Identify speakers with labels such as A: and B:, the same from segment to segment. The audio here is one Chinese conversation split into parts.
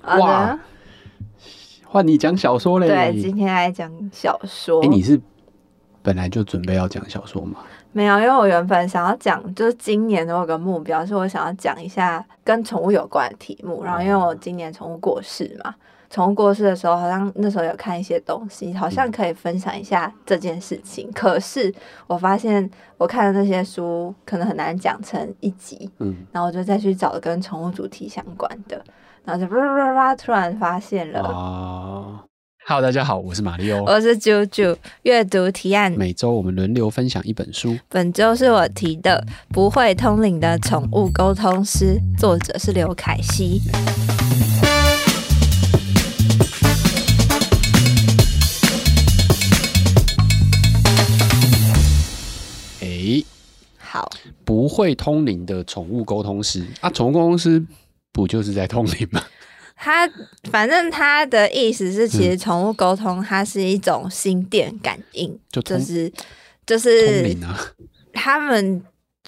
A: 好
B: 哇
A: 的，
B: 换你讲小说嘞。
A: 对，今天来讲小说。
B: 哎、你是本来就准备要讲小说吗？
A: 没有，因为我原本想要讲，就是今年我有个目标，是我想要讲一下跟宠物有关的题目。
B: 哦
A: 然后因为我今年宠物过世嘛，宠物过世的时候，好像那时候有看一些东西，好像可以分享一下这件事情。可是我发现我看的那些书，可能很难讲成一集，
B: 嗯，
A: 然后我就再去找跟宠物主题相关的，然后就叭 叭叭叭，突然发现
B: 啊、
A: 了，呃
B: h e l l o 大家好，我是马里欧。
A: 我是九九阅读提案
B: 每周我们轮流分享一本书，
A: 本周是我提的《不会通灵的宠物沟通师》，作者是刘凯西。
B: 哎、
A: 好，
B: 不会通灵的宠物沟通师啊，宠物沟通师不就是在通灵 吗？
A: 他反正他的意思是，其
B: 嗯
A: 实宠物沟通它是一种心电感应，
B: 就通、
A: 就是就
B: 通
A: 是
B: 灵啊，
A: 他们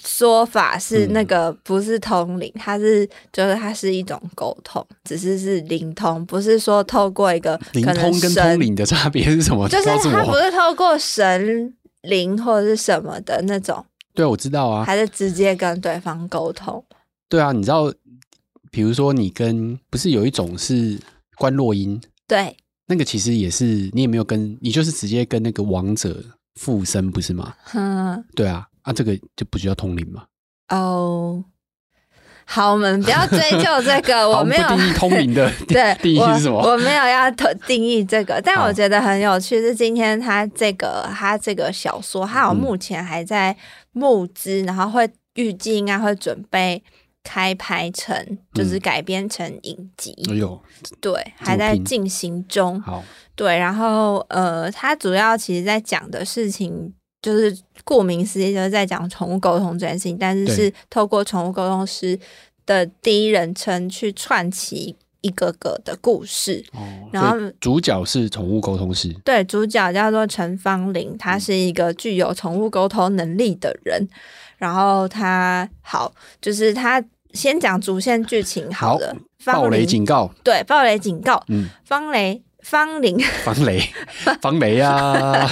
A: 说法是
B: 嗯
A: 那个不是通灵，它是就是它是一种沟通，只是是灵通，不是说透过一个
B: 灵
A: 可能
B: 通跟
A: 神
B: 通灵的差别是什么？
A: 就是
B: 告诉
A: 它不
B: 我。啊
A: 是透过神灵或者是什么的那种。
B: 对，我知道啊。
A: 还是直接跟对方沟通？
B: 对啊，你知道，比如说你跟不是有一种是关洛音，
A: 对，
B: 那个其实也是你也没有跟，你就是直接跟那个王者附身，不是吗？
A: 嗯，
B: 对啊，啊，这个就不就叫通灵吗？
A: 哦，好，我们不要追究这个，
B: 好
A: 我没有
B: 不定义通灵的
A: 对
B: 定义
A: 我
B: 是什么？
A: 我没有要特定义这个，但
B: 好
A: 我觉得很有趣是今天他这个他这个小说，还有
B: 嗯
A: 目前还在募资，然后会预计应该会准备开拍成，就是
B: 嗯
A: 改编成影集，
B: 哎呦，
A: 对，还在
B: 拼
A: 进行中。
B: 好，
A: 对，然后呃，它主要其实在讲的事情就是顾名思义就是在讲宠物沟通这件事情，但是
B: 对
A: 是透过宠物沟通师的第一人称去串起一个个的故事。
B: 哦，
A: 然后
B: 所以主角是宠物沟通师，
A: 对，主角叫做陈芳玲，
B: 嗯
A: 她是一个具有宠物沟通能力的人。然后她好，就是她先讲主线剧情好
B: 好
A: 了。
B: 暴
A: 芳
B: 雷
A: 玲
B: 警告，
A: 对暴雷警告，
B: 嗯，
A: 芳雷芳玲
B: 防 雷，防雷啊，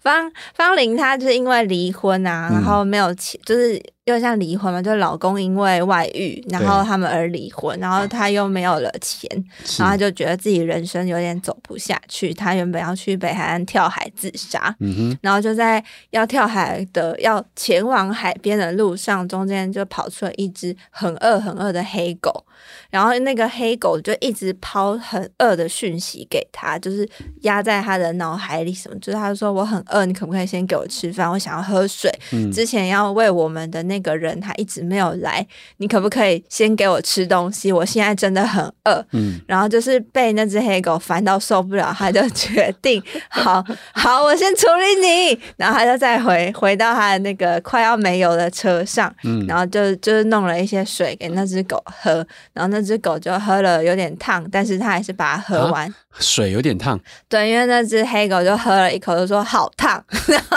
A: 方方玲她就是因为离婚啊，
B: 嗯
A: 然后没有钱，就是又像离婚嘛，就是老公因为外遇，然后
B: 对
A: 他们而离婚，然后她又没有了钱，
B: 是
A: 然后她就觉得自己人生有点走不下去，她原本要去北海岸跳海自杀。
B: 嗯哼，
A: 然后就在要跳海的、要前往海边的路上，中间就跑出了一只很饿、很饿的黑狗。然后那个黑狗就一直抛很饿的讯息给他，就是压在他的脑海里什么，就是他说我很饿，你可不可以先给我吃饭？我想要喝水。
B: 嗯，
A: 之前要喂我们的那个人他一直没有来，你可不可以先给我吃东西？我现在真的很饿。
B: 嗯，
A: 然后就是被那只黑狗烦到受不了，他就决 定，好好，我先处理你。然后他就再回回到他的那个快要没油的车上，
B: 嗯
A: 然后就就是弄了一些水给那只狗喝，然后那只狗就喝了有点烫，但是它还是把它喝完。
B: 啊水有点烫，
A: 对，因为那只黑狗就喝了一口，就说好烫， 然后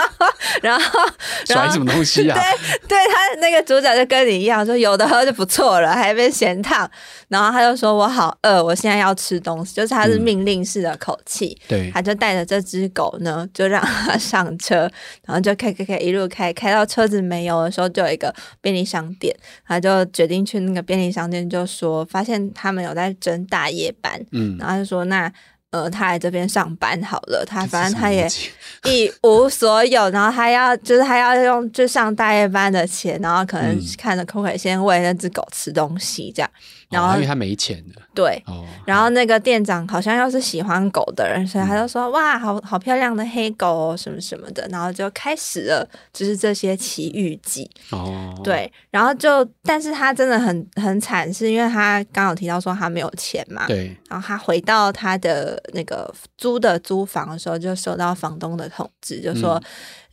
A: 然后然
B: 甩
A: 后
B: 什么东西啊？
A: 对他那个主角就跟你一样，说有的喝就不错了，还被嫌烫。然后他就说：“我好饿，我现在要吃东西。”就是他是
B: 嗯
A: 命令式的口气，
B: 对，
A: 他就带着这只狗呢，就让它上车， 然后就开开开一路开，开到车子没油的时候，就有一个便利商店，他就决定去那个便利商店，就说发现他们有在争大夜班，
B: 嗯，
A: 然后就说那。呃，他来这边上班好了，他反正他也
B: 这是什么逻辑
A: 一无所有，然后他要就是他要用就上大夜班的钱，然后可能
B: 嗯
A: 看着可不可以先喂那只狗吃东西这样，然
B: 哦
A: 后
B: 因为他没钱了，
A: 对。
B: 哦，
A: 然后那个店长好像又是喜欢狗的人，所以他就说：“哇，好好漂亮的黑狗、哦，什么什么的。”然后就开始了，就是这些奇遇记。
B: 哦，，
A: 对，然后就，但是他真的很很惨，是因为他刚刚有提到说他没有钱嘛，
B: 对，
A: 然后他回到他的那个租的租房的时候，就收到房东的通知，就说：“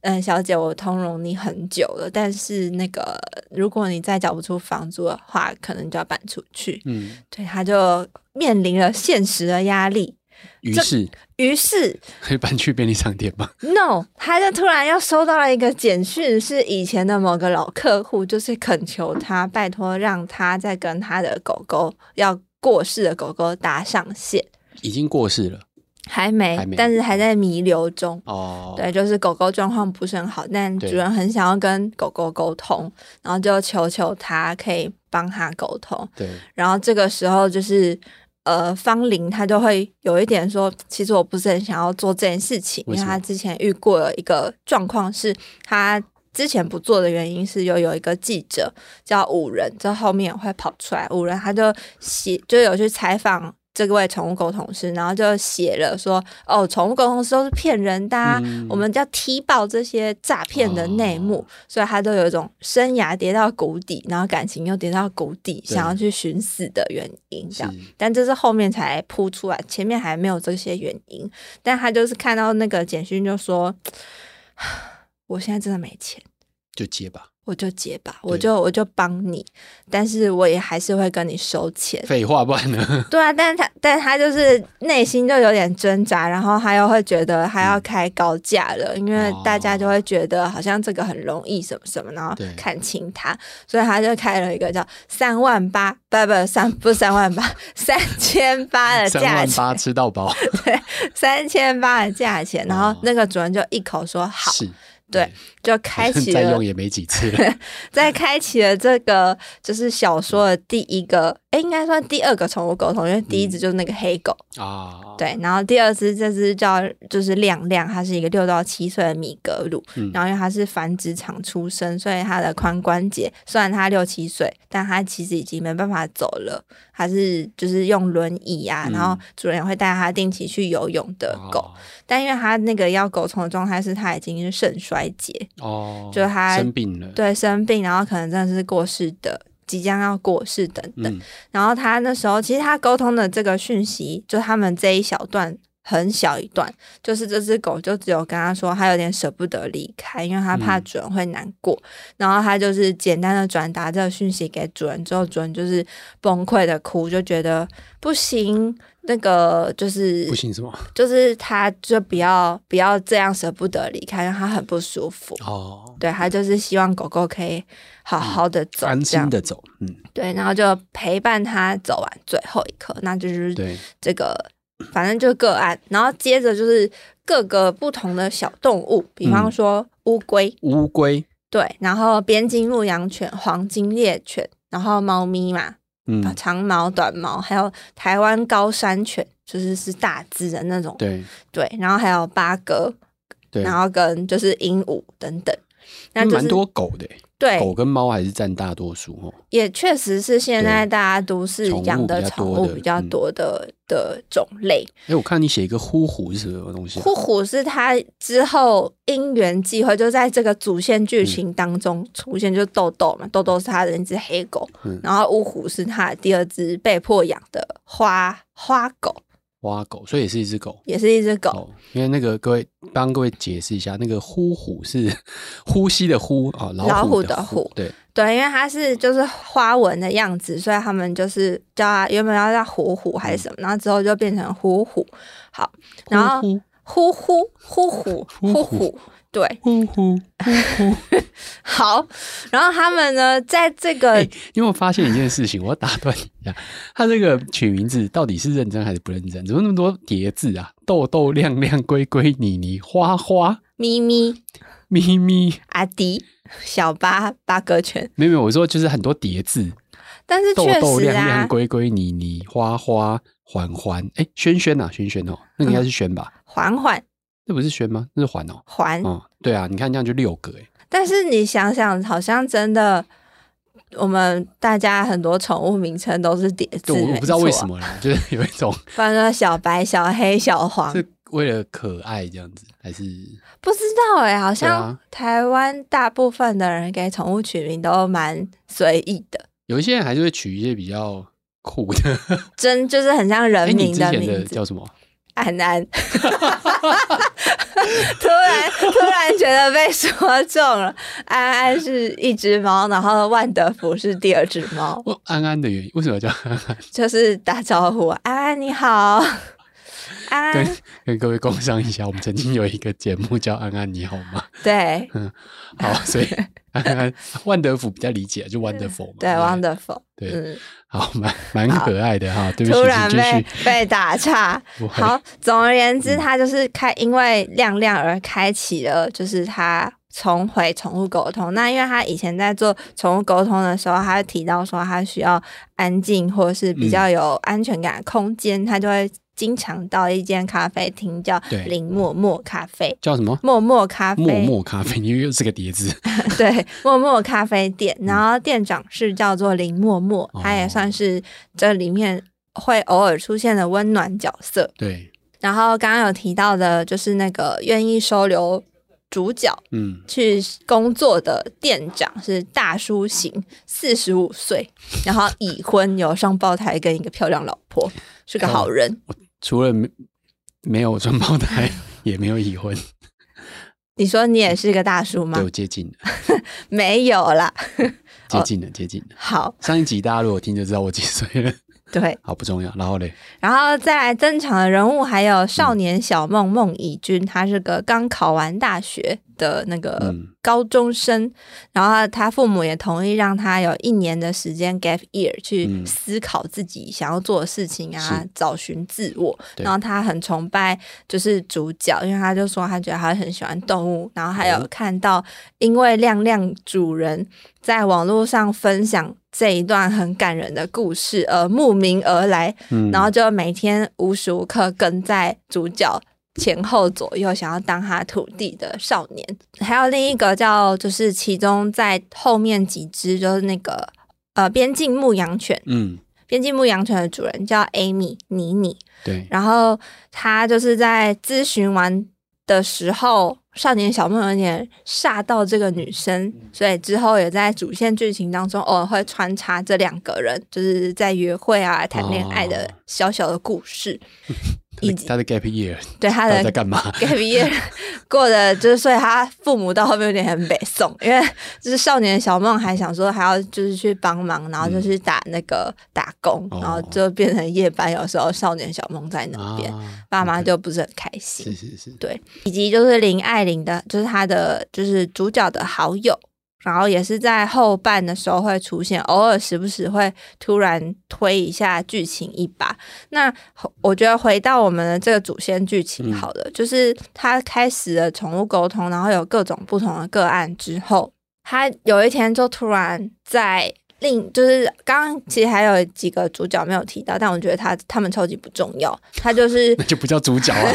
A: 嗯、小姐，我通融你很久了，但是那个如果你再缴不出房租的话，可能就要搬出去。
B: 嗯，”
A: 对，他就面临了现实的压力，
B: 于
A: 这
B: 是
A: 于是
B: 可以搬去便利商店吗？
A: No，他就突然又收到了一个简讯，是以前的某个老客户，就是恳求他，拜托让他再跟他的狗狗要过世的狗狗搭上线，
B: 已经过世了
A: 还没，
B: 还没嗯
A: 但是还在弥留中。
B: 哦。
A: 对，就是狗狗状况不是很好，但
B: 对
A: 主人很想要跟狗狗沟通，然后就求求他可以帮他沟通。
B: 对
A: 然后这个时候就是，呃，芳龄他就会有一点说，其实我不是很想要做这件事情，因
B: 为
A: 为
B: 什么
A: 他之前遇过了一个状况是，他之前不做的原因是有有一个记者叫五人，这后面也会跑出来，五人他就写就有去采访。这位宠物狗同事，然后就写了说，哦，宠物狗同事都是骗人的、啊，
B: 嗯
A: 我们要踢爆这些诈骗的内幕，
B: 哦
A: 所以他都有一种生涯跌到谷底，然后感情又跌到谷底，
B: 对
A: 想要去寻死的原因，这
B: 是
A: 样。但这是后面才铺出来，前面还没有这些原因。但他就是看到那个简讯就说：“ 我现在真的没钱，
B: 就接吧。
A: 我就结吧，
B: 对
A: 我就我就帮你，但是我也还是会跟你收钱。”
B: 废话，不然呢？
A: 对啊，但是他但是他就是内心就有点挣扎，然后他又会觉得他要开高价了，
B: 哦
A: 因为大家就会觉得好像这个很容易什么什么，然后
B: 对
A: 看清他，所以他就开了一个叫三万八，不不三不是三万 八，三千八的
B: 三
A: 呃价
B: 万
A: 钱，
B: 八吃到饱，
A: 三千八的价钱，然后那个主人就一口说好，
B: 是
A: 对，就开启
B: 再
A: 了
B: 用也没几次 了。
A: 在开启了这个就是小说的第一个，哎，应该算第二个宠物沟通，因为第
B: 嗯
A: 一只就是那个黑狗。
B: 啊，
A: 对，然后第二只这只叫就是亮亮，它是一个六到七岁的米格鲁，
B: 嗯
A: 然后因为它是繁殖场出生，所以它的髋关节虽然它六七岁，但它其实已经没办法走了，它是就是用轮椅啊，
B: 嗯哦
A: 然后主人也会带它定期去游泳的
B: 啊
A: 狗，但因为它那个要狗虫的状态是它已经是肾衰竭，
B: 哦，
A: 就他
B: 生病了，
A: 对，生病，然后可能真的是过世的，即将要过世等等。
B: 嗯，
A: 然后他那时候其实他沟通的这个讯息，就他们这一小段很小一段，就是这只狗就只有跟他说，他有点舍不得离开，因为他怕
B: 嗯
A: 主人会难过。然后他就是简单的转达这个讯息给主人之后，主人就是崩溃的哭，就觉得不行，那个就是
B: 不行什么？
A: 就是他就不要不要这样舍不得离开，让他很不舒服。
B: 哦，
A: 对他就是希望狗狗可以好好的走，
B: 安
A: 这样
B: 心的走，嗯，
A: 对，然后就陪伴他走完最后一刻，那就是
B: 对，
A: 这个，反正就个案。然后接着就是各个不同的小动物，比方
B: 嗯
A: 说乌龟，
B: 乌龟，
A: 对，然后边境牧羊犬、黄金猎犬，然后猫咪嘛，
B: 嗯，
A: 长毛、短毛，还有台湾高山犬，就是是大只的那种，
B: 对
A: 对，然后还有八哥，
B: 对，
A: 然后跟就是鹦鹉等等，那
B: 那
A: 就是
B: 蛮多狗的欸，
A: 对
B: 狗跟猫还是占大多数哦。
A: 也确实是现在
B: 对
A: 大家都是养的嗯宠物比较多的的种类。
B: 哎、我看你写一个呼虎是什么东西、啊？
A: 呼虎是它之后因缘际会，就在这个主线剧情当中出现，就是豆豆嘛，豆豆是它的那只黑狗，
B: 嗯
A: 然后乌虎是它的第二只被迫养的花花狗，
B: 花狗，所以也是一只狗。
A: 也是一只狗。
B: 哦，因为那个各位帮各位解释一下，那个呼虎是 呼吸的呼啊、哦，
A: 老虎
B: 虎
A: 的
B: 虎
A: 虎，
B: 对，
A: 对，因为它是就是花纹的样子，所以他们就是叫它原本要叫虎虎还是什么，然后之后就变成虎虎。好，然后
B: 呼
A: 呼呼呼呼
B: 呼
A: 呼
B: 呼
A: 呼，对，
B: 呼呼呼呼呼。
A: 好。然后他们呢，在这个、
B: 哎因为我发现一件事情，我要打断你一下， 它这个取名字到底是认真还是不认真？怎么那么多叠字啊？豆豆、亮亮、龟龟、妮妮、花花、
A: 咪咪、
B: 咪咪，
A: 阿迪、小巴、八哥犬，
B: 没有没有，我说就是很多叠字，
A: 但是
B: 豆
A: 确
B: 豆、
A: 实
B: 亮亮、
A: 啊，
B: 龟龟、妮妮、花花、环环，哎，轩轩啊，轩轩哦，那
A: 嗯
B: 个应该是轩吧？
A: 缓缓
B: 那不是轩吗？那是环哦。
A: 缓。
B: 哦，对啊，你看这样就六个哎，
A: 但是你想想，好像真的，我们大家很多宠物名称都是啊叠字，
B: 就我我不知道为什
A: 么，
B: 么啦，就是有一 种
A: 反正小白、小黑、小黄，
B: 是为了可爱这样子，还是
A: 不知道哎、好
B: 对
A: 像
B: 啊
A: 台湾大部分的人给宠物取名都蛮随意的，
B: 有一些人还是会取一些比较酷的。
A: 真就是很像
B: 哎，
A: 人
B: 你
A: 名的
B: 之前
A: 名
B: 的
A: 字。
B: 叫什么？
A: 安安， 突然突然觉得被说中了。安安是一只猫，然后万德福是第二只猫，
B: 我安安的原因为什么要叫安安？
A: 就是打招呼，安安你好，安安
B: 跟
A: 安，
B: 跟各位工商一下，我们曾经有一个节目叫《安安你好吗
A: 对》，
B: 好，所 以安安万德福比较理解，啊就 wonderful 嘛，
A: 对，wonderful，
B: 对
A: 嗯，
B: 好，蛮蛮可爱的哈。对不起，
A: 突然
B: 请继
A: 被
B: 续。
A: 被打岔。
B: 不会，
A: 好，总而言之，他就是开因为亮亮而开启了，就是他重回宠物沟通。那因为他以前在做宠物沟通的时候，他会提到说他需要安静或是比
B: 嗯
A: 较有安全感的空间，他就会经常到一间咖啡厅叫
B: 对
A: 林默默咖啡。
B: 叫什么？
A: 默默咖啡，
B: 默默咖啡，因为又是个叠字。
A: 对，默默咖啡店，然后店长是叫做林默默，
B: 嗯哦
A: 她也算是这里面会偶尔出现的温暖角色。
B: 对，
A: 然后刚刚有提到的，就是那个愿意收留主角
B: 嗯，
A: 去工作的店长是大叔型，四十五岁，然后已婚，有双胞胎跟一个漂亮老婆，是个好人。
B: 除了没没有双胞胎， 也没有已婚，
A: 你说你也是个大叔吗
B: 对？我接近了，
A: 没有啦。哦
B: 接近了，接近了。
A: 好，
B: 上一集大家如果听就知道我几岁了，
A: 对，
B: 好不重要。然后嘞，
A: 然后再来登场的人物还有少年小梦孟以君，他是个刚考完大学的那个
B: 嗯
A: 高中生，然后他父母也同意让他有一年的时间 gap year 去
B: 嗯
A: 思考自己想要做的事情啊，
B: 是
A: 找寻自我。
B: 对
A: 然后他很崇拜就是主角，因为他就说他觉得他很喜欢动物，然后还有
B: 哦
A: 看到因为亮亮主人在网络上分享这一段很感人的故事而慕名而来，
B: 嗯，
A: 然后就每天无时无刻跟在主角前后左右，想要当他徒弟的少年。还有另一个叫，就是其中在后面几只就是那个呃边境牧羊犬，
B: 嗯，
A: 边境牧羊犬的主人叫 Amy 妮妮，
B: 对，
A: 然后他就是在咨询完的时候，少年小梦有点吓到这个女生，
B: 嗯
A: 所以之后也在主线剧情当中偶尔会穿插这两个人，就是在约会啊、谈恋爱的小小的故 事，以及
B: 他的 gap year
A: 对他
B: 到底在
A: 的。
B: 干嘛？
A: 给毕业过的就是，所以他父母到后面有点很北宋，因为就是少年小梦还想说还要就是去帮忙，然后就去打那个打工，
B: 哦
A: 然后就变成夜班，有时候少年小梦在那边，
B: 啊，
A: 爸妈
B: OK
A: 就不是很开心。
B: 是是是，
A: 以及就是林爱玲的，就是她的就是主角的好友，然后也是在后半的时候会出现，偶尔时不时会突然推一下剧情一把。那我觉得回到我们的这个主线剧情
B: 嗯
A: 好了，就是他开始了宠物沟通，然后有各种不同的个案之后，他有一天就突然在。另就是刚刚其实还有几个主角没有提到，但我觉得他他们超级不重要。他就是
B: 那就不叫主 角啊，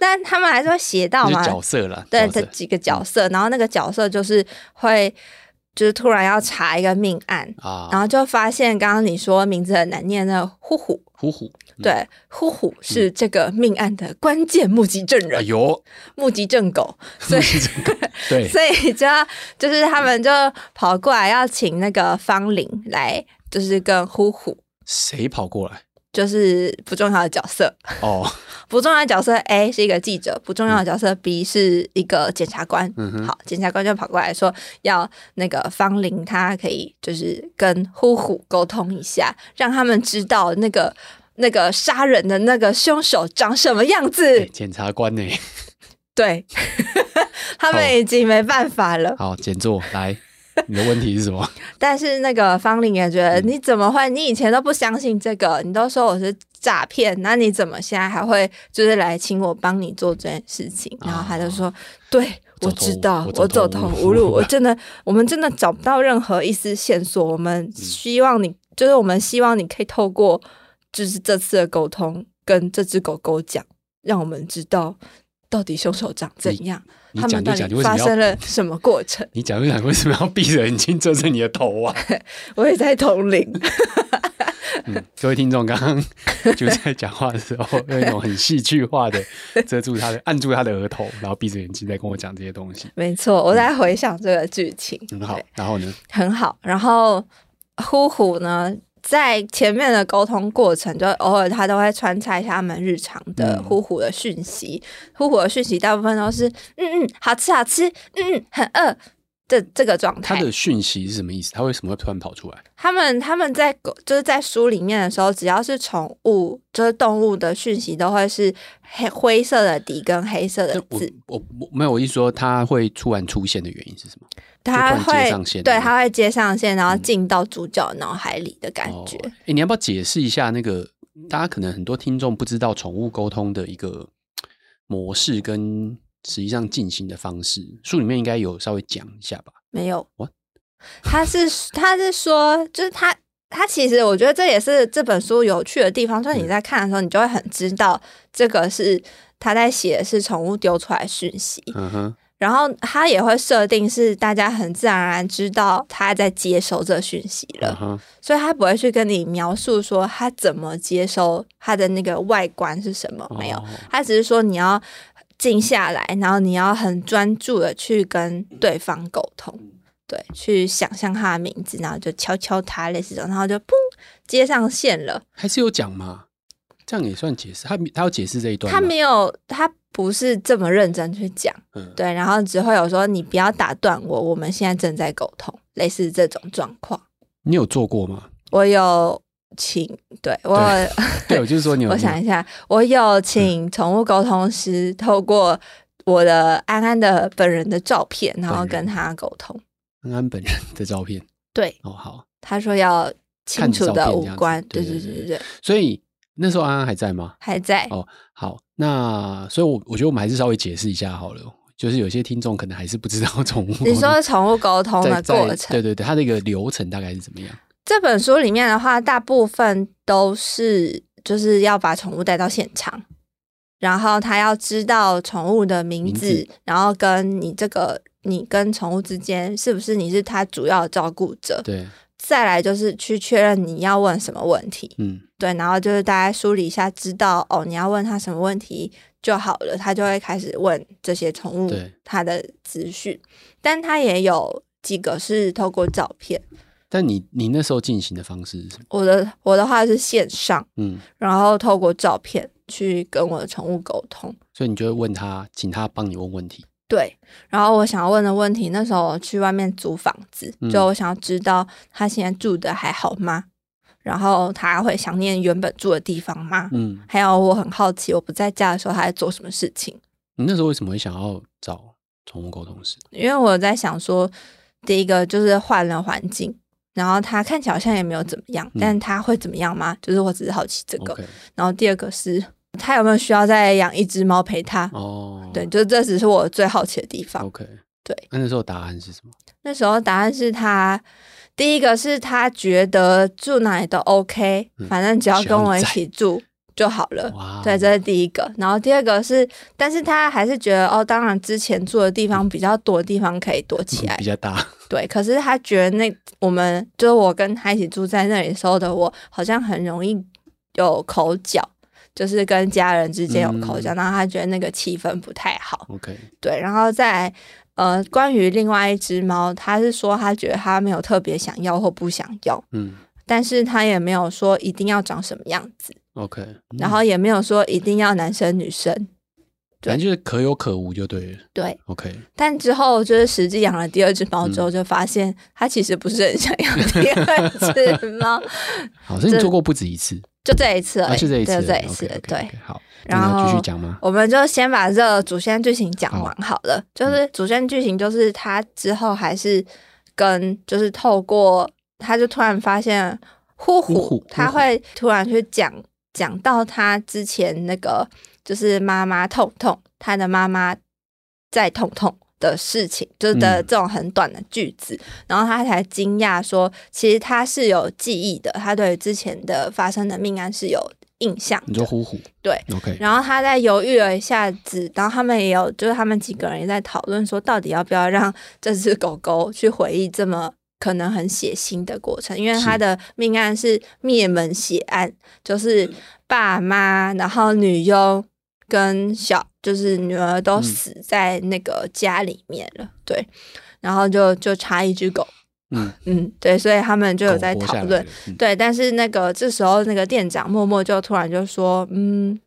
A: 但他们还是会写到
B: 那就
A: 嘛，
B: 角色嗯了。
A: 对
B: 角
A: 这
B: 色
A: 几个角色，然后那个角色就是会就是突然要查一个命案，然
B: 啊，
A: 后就发现刚刚你说名字很难念的呼呼，
B: 虎虎，嗯，
A: 对，呼呼是这个命案的关键目击证
B: 哎
A: 人、
B: 呦，
A: 目击证狗，所以
B: 对，
A: 所以就要就是他们就跑过来要请那个方玲来，就是跟呼呼。
B: 谁跑过来？
A: 就是不重要的角色，
B: 哦，
A: 不重要的角色 A 是一个记者，不重要的角色 B 是一个检察官，
B: 嗯哼，
A: 好，检察官就跑过来说，要那个方玲，她可以就是跟呼呼沟通一下，让他们知道那个那个杀人的那个凶手长什么样
B: 哎
A: 子。
B: 检察官呢？
A: 对， 他
B: 好
A: 们已经没办法了。
B: 好，简座来， 你的问题是什么？
A: 但是那个方玲也觉
B: 嗯
A: 得，你怎么会？你以前都不相信这个，你都说我是诈骗，那你怎么现在还会就是来请我帮你做这件事情？然后他就说，对。
B: 啊走
A: 我
B: 投
A: 知道，
B: 我
A: 我
B: 走
A: 走
B: 投
A: 投无
B: 无
A: 路，
B: 路
A: 我真的，我们真的找不到任何一丝线索。我
B: 嗯
A: 们希望你，就是我们希望你可以透过，就是这次的沟通，跟这只狗狗讲，让我们知道到底凶手长怎样，
B: 你
A: 他
B: 讲
A: 们
B: 就
A: 到
B: 讲，
A: 底
B: 为什
A: 发
B: 么
A: 生
B: 要？
A: 了什么过程。
B: 你讲就讲，为什么要闭着眼睛遮着你的头啊？
A: 我也在同龄，
B: 嗯，各位听众，刚刚就在讲话的时候，用一种很戏剧化 的遮住他的、按住他的额头，然后闭着眼睛在跟我讲这些东西，
A: 没错，我在回想这个剧情，
B: 嗯很好
A: 对，。
B: 然后呢，
A: 很好。然后呼呼呢，在前面的沟通过程，就偶尔他都会穿插一下他们日常的
B: 嗯
A: 呼呼的讯息。呼呼的讯息大部分都是嗯嗯，好吃好吃，嗯嗯，很饿。这这个状
B: 它
A: 态。
B: 的讯息是什么意思？它为什么会突然跑出来？
A: 他们他们在狗就是在书里面的时候，只要是宠物，就是动物的讯息都会是黑灰色的底跟黑色的
B: 这我
A: 字，
B: 我我没有，我一说它会突然出现的原因是什么？
A: 它
B: 就突然接
A: 会
B: 上线
A: 对
B: 了嗯
A: 它会接上线，然后进到主角脑海里的感觉。
B: 哦诶你要不要解释一下那个？大家可能很多听众不知道宠物沟通的一个模式跟实际上进行的方式，书里面应该有稍微讲一下吧？
A: 没有
B: What？，
A: 他是他是说，就是他他其实我觉得这也是这本书有趣的地方，就是你
B: 嗯
A: 在看的时候，你就会很知道这个是他在写的是宠物丢出来的讯息，
B: 嗯哼，
A: 然后他也会设定是大家很自然而然知道他在接收这讯息
B: 嗯
A: 了，
B: 哼，
A: 所以他不会去跟你描述说他怎么接收他的那个外观是什么，呃没有
B: 哦，
A: 他只是说你要静下来，然后你要很专注的去跟对方沟通，对，去想象他的名字，然后就敲敲他，类似这种，然后就砰接上线了。
B: 还是有讲嘛？这样也算解释，他他要解释这一段吗，
A: 他没有，他不是这么认真去讲，
B: 嗯，
A: 对，然后只会有说你不要打断我，我们现在正在沟通，类似这种状况。
B: 你有做过 吗？
A: 我有请，对我有
B: 对对，我就是说你有，嗯
A: 我想一下，我有请宠物沟通师透过我的安安的本人的照片，然后跟他沟通。
B: 安安本人的照片
A: 对，
B: 哦，好，
A: 他说要清楚的五官，
B: 看着照片
A: 对
B: 这
A: 对
B: 样子
A: 对
B: 对
A: 对
B: 对
A: 对，
B: 所以那时候安安还在吗？
A: 还在。
B: 哦，好，那所以我，我觉得我们还是稍微解释一下好了，就是有些听众可能还是不知道宠物沟通。
A: 你说宠物沟通
B: 在
A: 的过
B: 在
A: 程，
B: 对对对，它的一个流程大概是怎么样？
A: 这本书里面的话，大部分都是就是要把宠物带到现场。然后他要知道宠物的名字，
B: 名
A: 然后跟你这个你跟宠物之间是不是你是它主要的照顾者，
B: 对，
A: 再来就是去确认你要问什么问题，
B: 嗯，
A: 对，然后就是大概梳理一下，知道哦你要问他什么问题就好了，他就会开始问这些宠物
B: 对。
A: 它的资讯，但它也有几个是透过照片，
B: 但你你那时候进行的方式是什么？
A: 我的我的话是线上，
B: 嗯，
A: 然后透过照片去跟我的宠物沟通，
B: 所以你就会问他，请他帮你问问题。
A: 对，然后我想要问的问题，那时候我去外面租房子，
B: 嗯
A: 就我想要知道他现在住的还好吗？然后他会想念原本住的地方吗？
B: 嗯，
A: 还有，我很好奇，我不在家的时候他在做什么事情？
B: 你那时候为什么会想要找宠物沟通师？
A: 因为我在想说，第一个就是换了环境，然后他看起来好像也没有怎么样，
B: 嗯
A: 但他会怎么样吗？就是我只是好奇这个。
B: OK，
A: 然后第二个是他有没有需要再养一只猫陪他？
B: 哦，
A: 对，就这只是我最好奇的地方。
B: ，OK，
A: 对。
B: 那那时候答案是什么？
A: 那时候答案是他，第一个是他觉得住哪里都 OK，、
B: 嗯
A: 反正只要跟我一起住就好了。
B: 哇哦，
A: 对，这是第一个。然后第二个是，但是他还是觉得哦，当然之前住的地方比较多的地方可以躲起
B: 嗯
A: 来
B: 比，较大。
A: 对。可是他觉得那我们就是我跟他一起住在那里的时候的我，好像很容易有口角，就是跟家人之间有
B: 嗯
A: 口角，然后他觉得那个气氛不太好。
B: OK，
A: 对，然后再来，呃，关于另外一只猫，他是说他觉得他没有特别想要或不想要，
B: 嗯
A: 但是他也没有说一定要长什么样子，
B: ，OK，嗯
A: 然后也没有说一定要男生女生。
B: 反正就是可有可无就对了。
A: 对，
B: OK，
A: 但之后就是实际养了第二只猫之
B: 嗯
A: 后，就发现他其实不是很想养第二只猫，
B: 好，所以你
A: 这
B: 做过不止一次，
A: 就这一次而
B: 啊，
A: 已，
B: 就这一次而
A: 就
B: 已，
A: 这一次
B: OK，OK，OK，
A: 对。
B: 好，
A: 然
B: 那你要继
A: 后
B: 续讲吗？
A: 我们就先把这个主线剧情讲完好了。就是主线剧情，就是他之后还是跟，就是透过，他就突然发现呼
B: 呼呼
A: 呼，他会突然去讲讲到他之前那个，就是妈妈痛痛，他的妈妈在痛痛。的事情，就是的
B: 嗯
A: 这种很短的句子，然后他才惊讶说，其实他是有记忆的，他对于之前的发生的命案是有印象
B: 你
A: 的
B: 说。呼呼，
A: 对
B: ，OK，
A: 然后他在犹豫了一下子，然后他们也有，就是他们几个人也在讨论说，到底要不要让这只狗狗去回忆这么可能很血腥的过程，因为
B: 是
A: 他的命案是灭门血案，就是爸妈，然后女佣跟小，就是女儿都
B: 嗯
A: 死在那个家里面了，对，然后就就差一只狗，
B: 嗯，
A: 嗯，对，所以他们就有
B: 狗
A: 在
B: 活
A: 讨
B: 下来
A: 论
B: 了，嗯
A: 对，但是那个这时候那个店长默默就突然就说，嗯，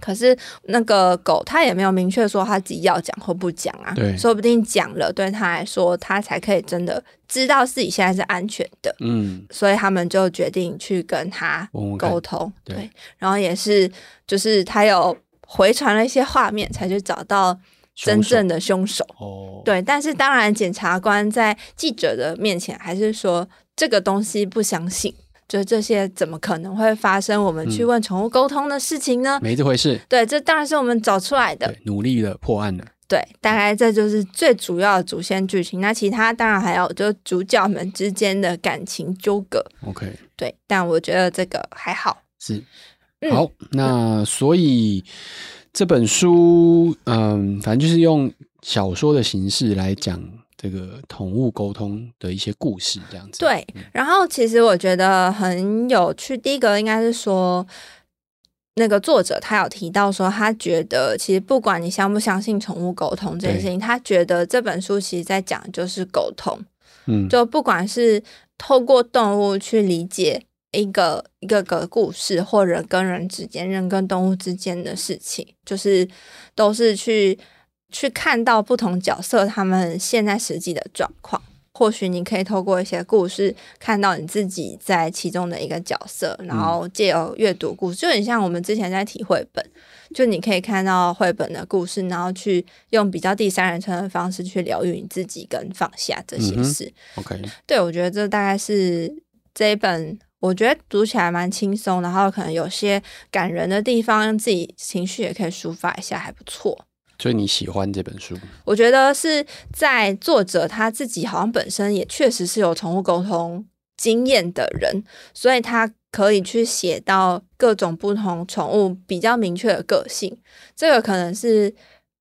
A: 可是那个狗它也没有明确说它自己要讲或不讲啊
B: 对，
A: 说不定讲了对它来说，它才可以真的知道自己现在是安全的，
B: 嗯，
A: 所以他们就决定去跟它
B: 问问看
A: 沟通。
B: 对
A: 对，然后也是就是他有回传了一些画面，才去找到真
B: 凶手
A: 正的凶手。
B: 哦，，
A: 对，但是当然，检察官在记者的面前还是说这个东西不相信，就是这些怎么可能会发生我们去
B: 嗯
A: 问宠物沟通的事情呢？
B: 没这回事，
A: 对，这当然是我们找出来的。
B: 对，努力了，破案了，
A: 对，大概这就是最主要的主线剧情。那其他当然还有就是主角们之间的感情纠葛。
B: ，OK，
A: 对，但我觉得这个还好。
B: 是。
A: 嗯
B: 好，那所以这本书，嗯，反正就是用小说的形式来讲这个宠物沟通的一些故事，这样子。
A: 对，然后其实我觉得很有趣。第一个应该是说，那个作者他有提到说，他觉得其实不管你相不相信宠物沟通这件事情，他觉得这本书其实在讲的就是沟通，
B: 嗯，
A: 就不管是透过动物去理解。一个一个个故事，或人跟人之间、人跟动物之间的事情，就是都是去去看到不同角色他们现在实际的状况。或许你可以透过一些故事看到你自己在其中的一个角色，
B: 嗯
A: 然后借由阅读故事，就很像我们之前在提绘本，就你可以看到绘本的故事，然后去用比较第三人称的方式去疗愈你自己跟放下这些
B: 嗯哼
A: 事。
B: OK，
A: 对，我觉得这大概是这一本，我觉得读起来蛮轻松，然后可能有些感人的地方，让自己情绪也可以抒发一下，还不错。
B: 所以你喜欢这本书？
A: 我觉得是在作者他自己好像本身也确实是有宠物沟通经验的人，所以他可以去写到各种不同宠物比较明确的个性，这个可能是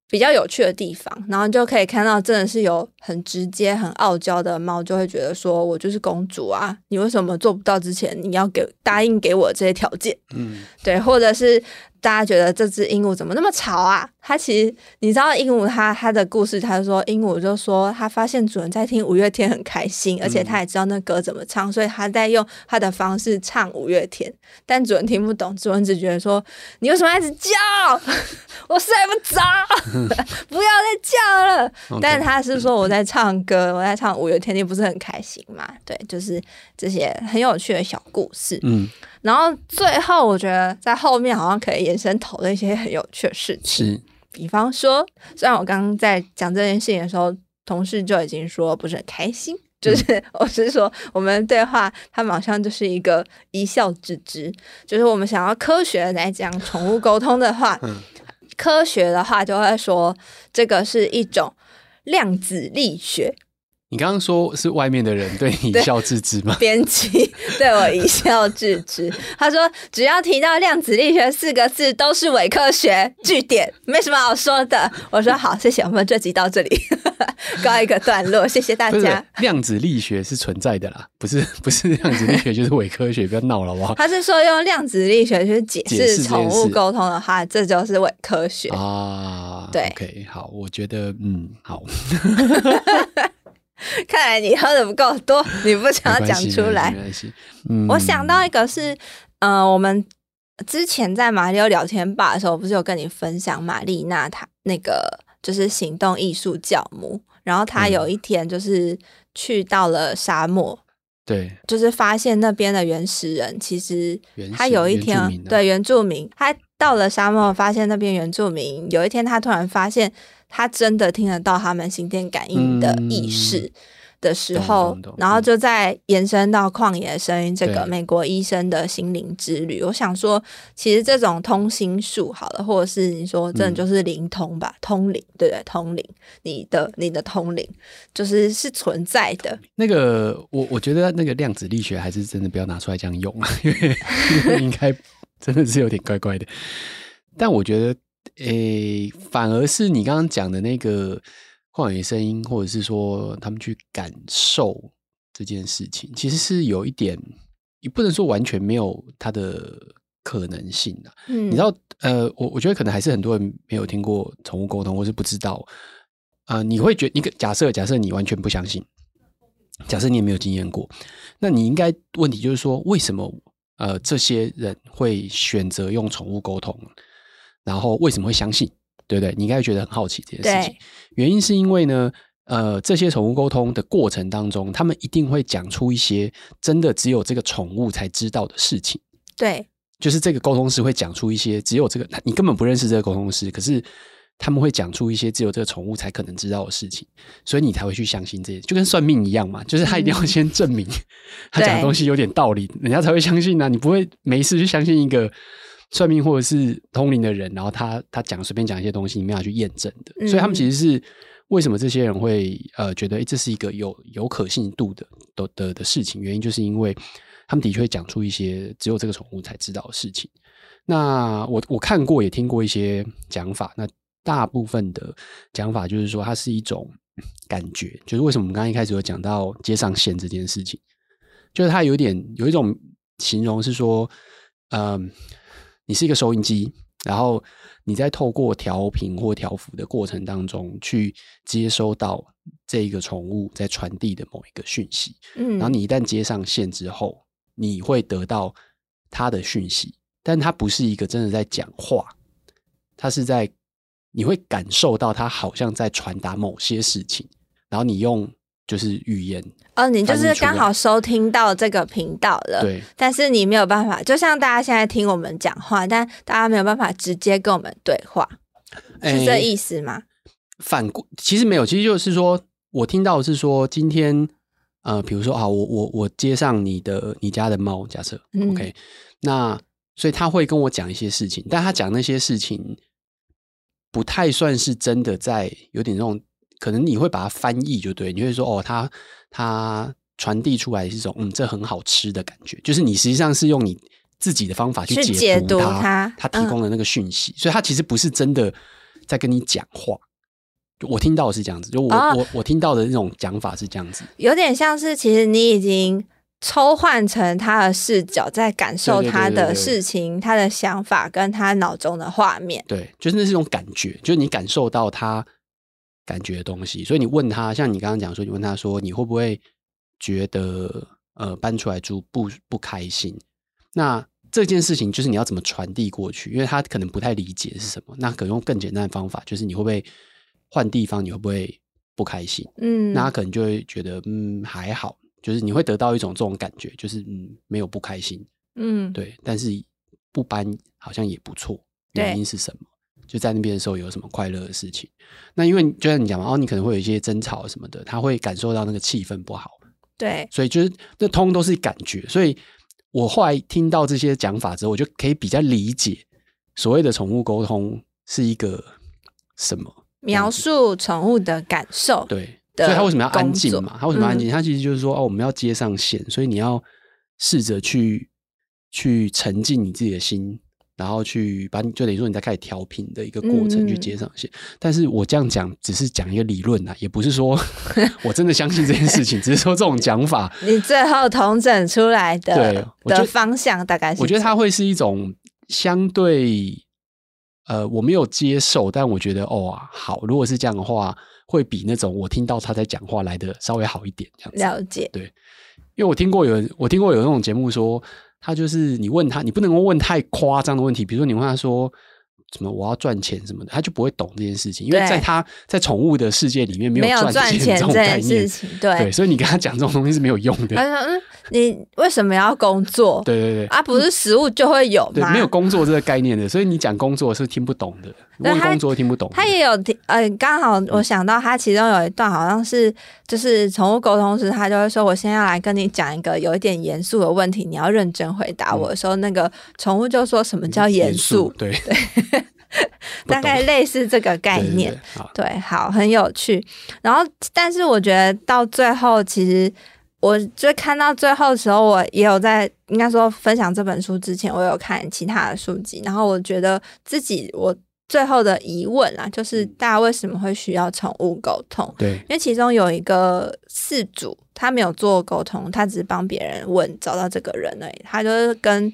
A: 比较有趣的地方。然后你就可以看到，真的是有很直接、很傲娇的猫，就会觉得说我就是公主啊，你为什么做不到之前你要给答应给我这些条件？
B: 嗯，
A: 对，或者是大家觉得这只鹦鹉怎么那么吵啊？它其实你知道鹦鹉它它的故事，它就说鹦鹉就说它发现主人在听五月天很开心，而且它也知道那歌怎么唱，所以它在用它的方式唱五月天，但主人听不懂，主人只觉得说你为什么一直叫？我睡不着，不要再叫了。但是
B: OK
A: 他是说我在唱歌，我在唱五月天，你不是很开心嘛？对，就是这些很有趣的小故事。
B: 嗯，
A: 然后最后，我觉得在后面好像可以延伸讨论一些很有趣的事情，
B: 是
A: 比方说，虽然我刚刚在讲这件事情的时候，同事就已经说不是很开心， 就是我是说我们对话，他们好像就是一个一笑置之，就是我们想要科学地来讲宠物沟通的话，
B: 嗯
A: 科学的话就会说这个是一种量子力学，
B: 你刚刚说是外面的人对你
A: 对
B: 一笑置之吗？
A: 编辑对我一笑置之。 他说：“只要提到量子力学四个字，都是伪科学，据点，没什么好说的。”我说：“好，谢谢，我们这集到这里， 告一个段落，谢谢大
B: 不是
A: 家。
B: 量子力学是存在的啦，不是 不是量子力学就是伪科学，不要闹了好不”好？
A: 他是说用量子力学去解
B: 解释
A: 释
B: 这件
A: 宠物
B: 事
A: 沟通的话，这就是伪科学。
B: 啊，
A: 对
B: ，OK，好，我觉得嗯，好，
A: 看来你喝的不够多，你不想要
B: 没
A: 讲
B: 关系
A: 出来
B: 没。关系，嗯，
A: 我想到一个是，呃，我们之前在马里奥聊天吧的时候，不是有跟你分享玛丽娜她那个就是行动艺术教母，然后她
B: 嗯
A: 有一天就是去到了沙漠，
B: 对，
A: 就是发现那边的原始人，其实
B: 原始
A: 他有一天
B: 原住民啊
A: 对原住民，他到了沙漠，发现那边原住民，有一天他突然发现，他真的听得到他们心电感应的意识。的时候
B: 嗯懂懂懂，嗯
A: 然后就再延伸到旷野声音这个
B: 对
A: 美国医生的心灵之旅。我想说，其实这种通心术好了，或者是你说真的
B: 嗯
A: 就是灵通吧，通灵，对不对？通灵，你的你的通灵就是是存在的，
B: 那个我我觉得那个量子力学还是真的不要拿出来这样用，啊 因为因为应该真的是有点怪怪的。但我觉得，诶、反而是你刚刚讲的那个旷野声音，或者是说他们去感受这件事情，其实是有一点，也不能说完全没有它的可能性啊。
A: 嗯，
B: 你知道，呃，我我觉得可能还是很多人没有听过宠物沟通，或是不知道。呃，你会觉你可假设假设你完全不相信，假设你也没有经验过，那你应该问题就是说，为什么呃这些人会选择用宠物沟通？然后为什么会相信，对不对？你应该会觉得很好奇这件事情。原因是因为呢，呃，这些宠物沟通的过程当中，他们一定会讲出一些真的只有这个宠物才知道的事情。
A: 对
B: 就是这个沟通师会讲出一些只有这个你根本不认识这个沟通师，可是他们会讲出一些只有这个宠物才可能知道的事情，所以你才会去相信这些，就跟算命一样嘛，就是他一定要
A: 嗯
B: 先证明他讲的东西有点道理，人家才会相信啊。你不会没事去相信一个算命或者是通灵的人，然后他他讲随便讲一些东西，你没有去验证的，
A: 嗯
B: 所以他们其实是。为什么这些人会呃觉得诶这是一个有有可信度的的的的事情？原因就是因为他们的确会讲出一些只有这个宠物才知道的事情。那我我看过也听过一些讲法，那大部分的讲法就是说它是一种感觉，就是为什么我们刚刚一开始有讲到接上线这件事情，就是它有点有一种形容是说，嗯，你是一个收音机，然后你在透过调频或调幅的过程当中去接收到这个宠物在传递的某一个讯息，
A: 嗯，
B: 然后你一旦接上线之后，你会得到他的讯息，但他不是一个真的在讲话，他是在你会感受到他好像在传达某些事情，然后你用就是语言
A: 哦，你就
B: 翻译
A: 是
B: 出
A: 刚
B: 来
A: 好收听到这个频道了，
B: 对
A: 但是你没有办法，就像大家现在听我们讲话，但大家没有办法直接跟我们对话，是这
B: 诶
A: 意思吗？
B: 反过其实没有，其实就是说我听到的是说今天呃，比如说啊，我我我接上你的你家的猫，假设、
A: 嗯
B: OK，那所以他会跟我讲一些事情，但他讲那些事情不太算是真的在，有点那种可能你会把它翻译就对，你会说哦，他他传递出来是一种嗯，这很好吃的感觉，就是你实际上是用你自己的方法去
A: 去
B: 解
A: 解
B: 读
A: 读
B: 它
A: 它，
B: 它提供的那个讯息，所以它其实不是真的在跟你讲话。就我听到的是这样子，就我、
A: 哦
B: 我我听到的那种讲法是这样子，
A: 有点像是其实你已经抽换成他的视角，在感受
B: 对对对
A: 他
B: 对
A: 的
B: 对
A: 事情、他的想法跟他脑中的画面。
B: 对，就是那是一种感觉，就是你感受到他感觉的东西。所以你问他，像你刚刚讲说，你问他说你会不会觉得呃搬出来住不不开心？那这件事情就是你要怎么传递过去，因为他可能不太理解是什么，那可能用更简单的方法，就是你会不会换地方，你会不会不开心？
A: 嗯，
B: 那他可能就会觉得嗯还好，就是你会得到一种这种感觉，就是嗯没有不开心，
A: 嗯，
B: 对，但是不搬好像也不错，
A: 对
B: 原因是什么？就在那边的时候有什么快乐的事情？那因为就像你讲嘛，哦，你可能会有一些争吵什么的，他会感受到那个气氛不好，
A: 对，
B: 所以就是那通都是感觉。所以我后来听到这些讲法之后，我就可以比较理解所谓的宠物沟通是一个什么。
A: 描述宠物的感受。
B: 对，
A: 的
B: 所以他为什么要安静
A: 工嗯
B: 嘛？他为什么要安静？他其实就是说，哦，我们要接上线，所以你要试着去去沉浸你自己的心，然后去把你就等于说你在开始调频的一个过程
A: 嗯嗯
B: 去接上线。但是我这样讲只是讲一个理论啊，也不 是说我真的相信这件事情，只是说这种讲法，
A: 你最后统整出来
B: 对
A: 的
B: 我觉
A: 的
B: 得
A: 方向大概是？
B: 我觉得它会是一种相对。呃，我没有接受，但我觉得哦、啊好，如果是这样的话，会比那种我听到他在讲话来的稍微好一点，这样子。
A: 了解，
B: 因为我听过有人，我听过有那种节目说，他就是你问他，你不能够问太夸张的问题，比如说你问他说什么我要赚钱什么的，他就不会懂这件事情，因为
A: 对
B: 在他在宠物的世界里面没
A: 没
B: 有
A: 有
B: 赚
A: 赚
B: 钱
A: 钱
B: 这
A: 这
B: 种概
A: 件
B: 念
A: 事，情，对
B: 对，。所以你跟他讲这种东西是没有用
A: 他
B: 的，
A: 说：“嗯，你为什么要工作？
B: 对对对。
A: 啊，不是食物就会有
B: 对
A: 吗？，
B: 没有工作这个概念的，所以你讲工作是听不懂的，
A: 对
B: 问
A: 他
B: 工作嗯听不懂的。
A: 他也有提，呃，刚好我想到他其中有一段好像是就是宠物沟通时，他就会说：“我现在要来跟你讲一个有一点严肃的问题，你要认真回答
B: 嗯
A: 我。”的时候，那个宠物就说什么叫严肃，
B: 对，嗯不
A: 大
B: 懂
A: 概类似这个概
B: 对对
A: 念
B: 对。啊好，
A: 对，好，很有趣。然后，但是我觉得到最后，其实我就看到最后的时候，我也有在应该说分享这本书之前，我有看其他的书籍，然后我觉得自己我最后的疑问啊，就是大家为什么会需要宠物沟通？
B: 对
A: 因为其中有一个事主，他没有做沟通，他只是帮别人问找到这个人而已。他就是跟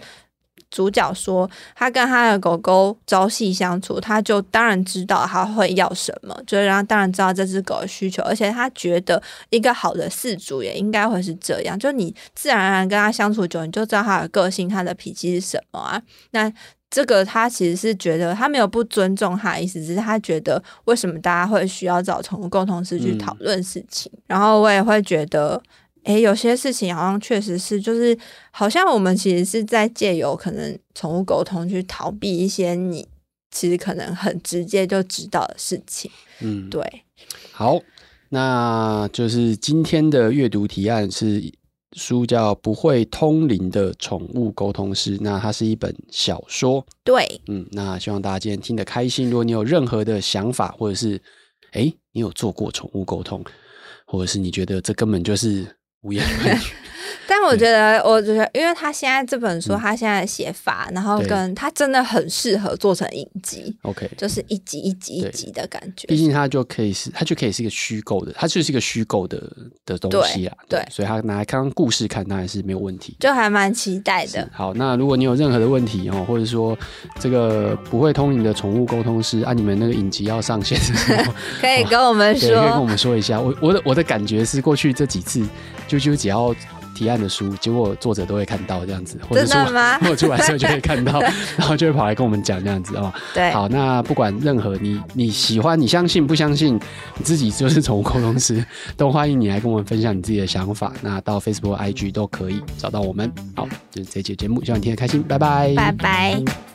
A: 主角说，他跟他的狗狗朝夕相处，他就当然知道他会要什么，就是让他当然知道这只狗的需求，而且他觉得一个好的饲主也应该会是这样，就你自然而然跟他相处久，你就知道他的个性、他的脾气是什么啊。那这个他其实是觉得他没有不尊重他的意思，只是他觉得为什么大家会需要找宠物沟通师去
B: 嗯
A: 讨论事情。然后我也会觉得，诶，有些事情好像确实是，就是好像我们其实是在借由可能宠物沟通去逃避一些你其实可能很直接就知道的事情。
B: 嗯，
A: 对，
B: 好，那就是今天的阅读提案是书叫《不会通灵的宠物沟通师》，那它是一本小说。
A: 对，
B: 嗯，那希望大家今天听得开心。如果你有任何的想法，或者是诶，你有做过宠物沟通，或者是你觉得这根本就是无言 论
A: 但我觉得，我觉得，因为他现在这本书，
B: 嗯
A: 他现在的写法，然后
B: 对
A: 跟他真的很适合做成影集，
B: ，OK，
A: 就是一集一集一
B: 对
A: 集的感觉。
B: 毕竟它就可以是，它就可以是一个虚构的，它就是一个虚构的的东西啦。
A: 对对
B: 所以它拿来当故事看，当然是没有问题。
A: 就还蛮期待的。
B: 好，那如果你有任何的问题哦，或者说这个不会通灵的宠物沟通师，啊，你们那个影集要上线的时 候，
A: 可以跟我们
B: 对，可以跟我
A: 说，
B: 们说一下。我我的我的感觉是，过去这几次啾啾只要提案的书，结果作者都会看到这样子，或者
A: 真
B: 说？
A: 的吗
B: 或者出版社就会看到，然后就会跑来跟我们讲这样子哦。
A: 对，
B: 好，那不管任何你你喜欢、你相信不相信，你自己就是宠物沟通师，都欢迎你来跟我们分享你自己的想法。那到 Facebook、IG 都可以找到我们。好，就是这期节目，希望你听得开心，拜拜，
A: 拜拜。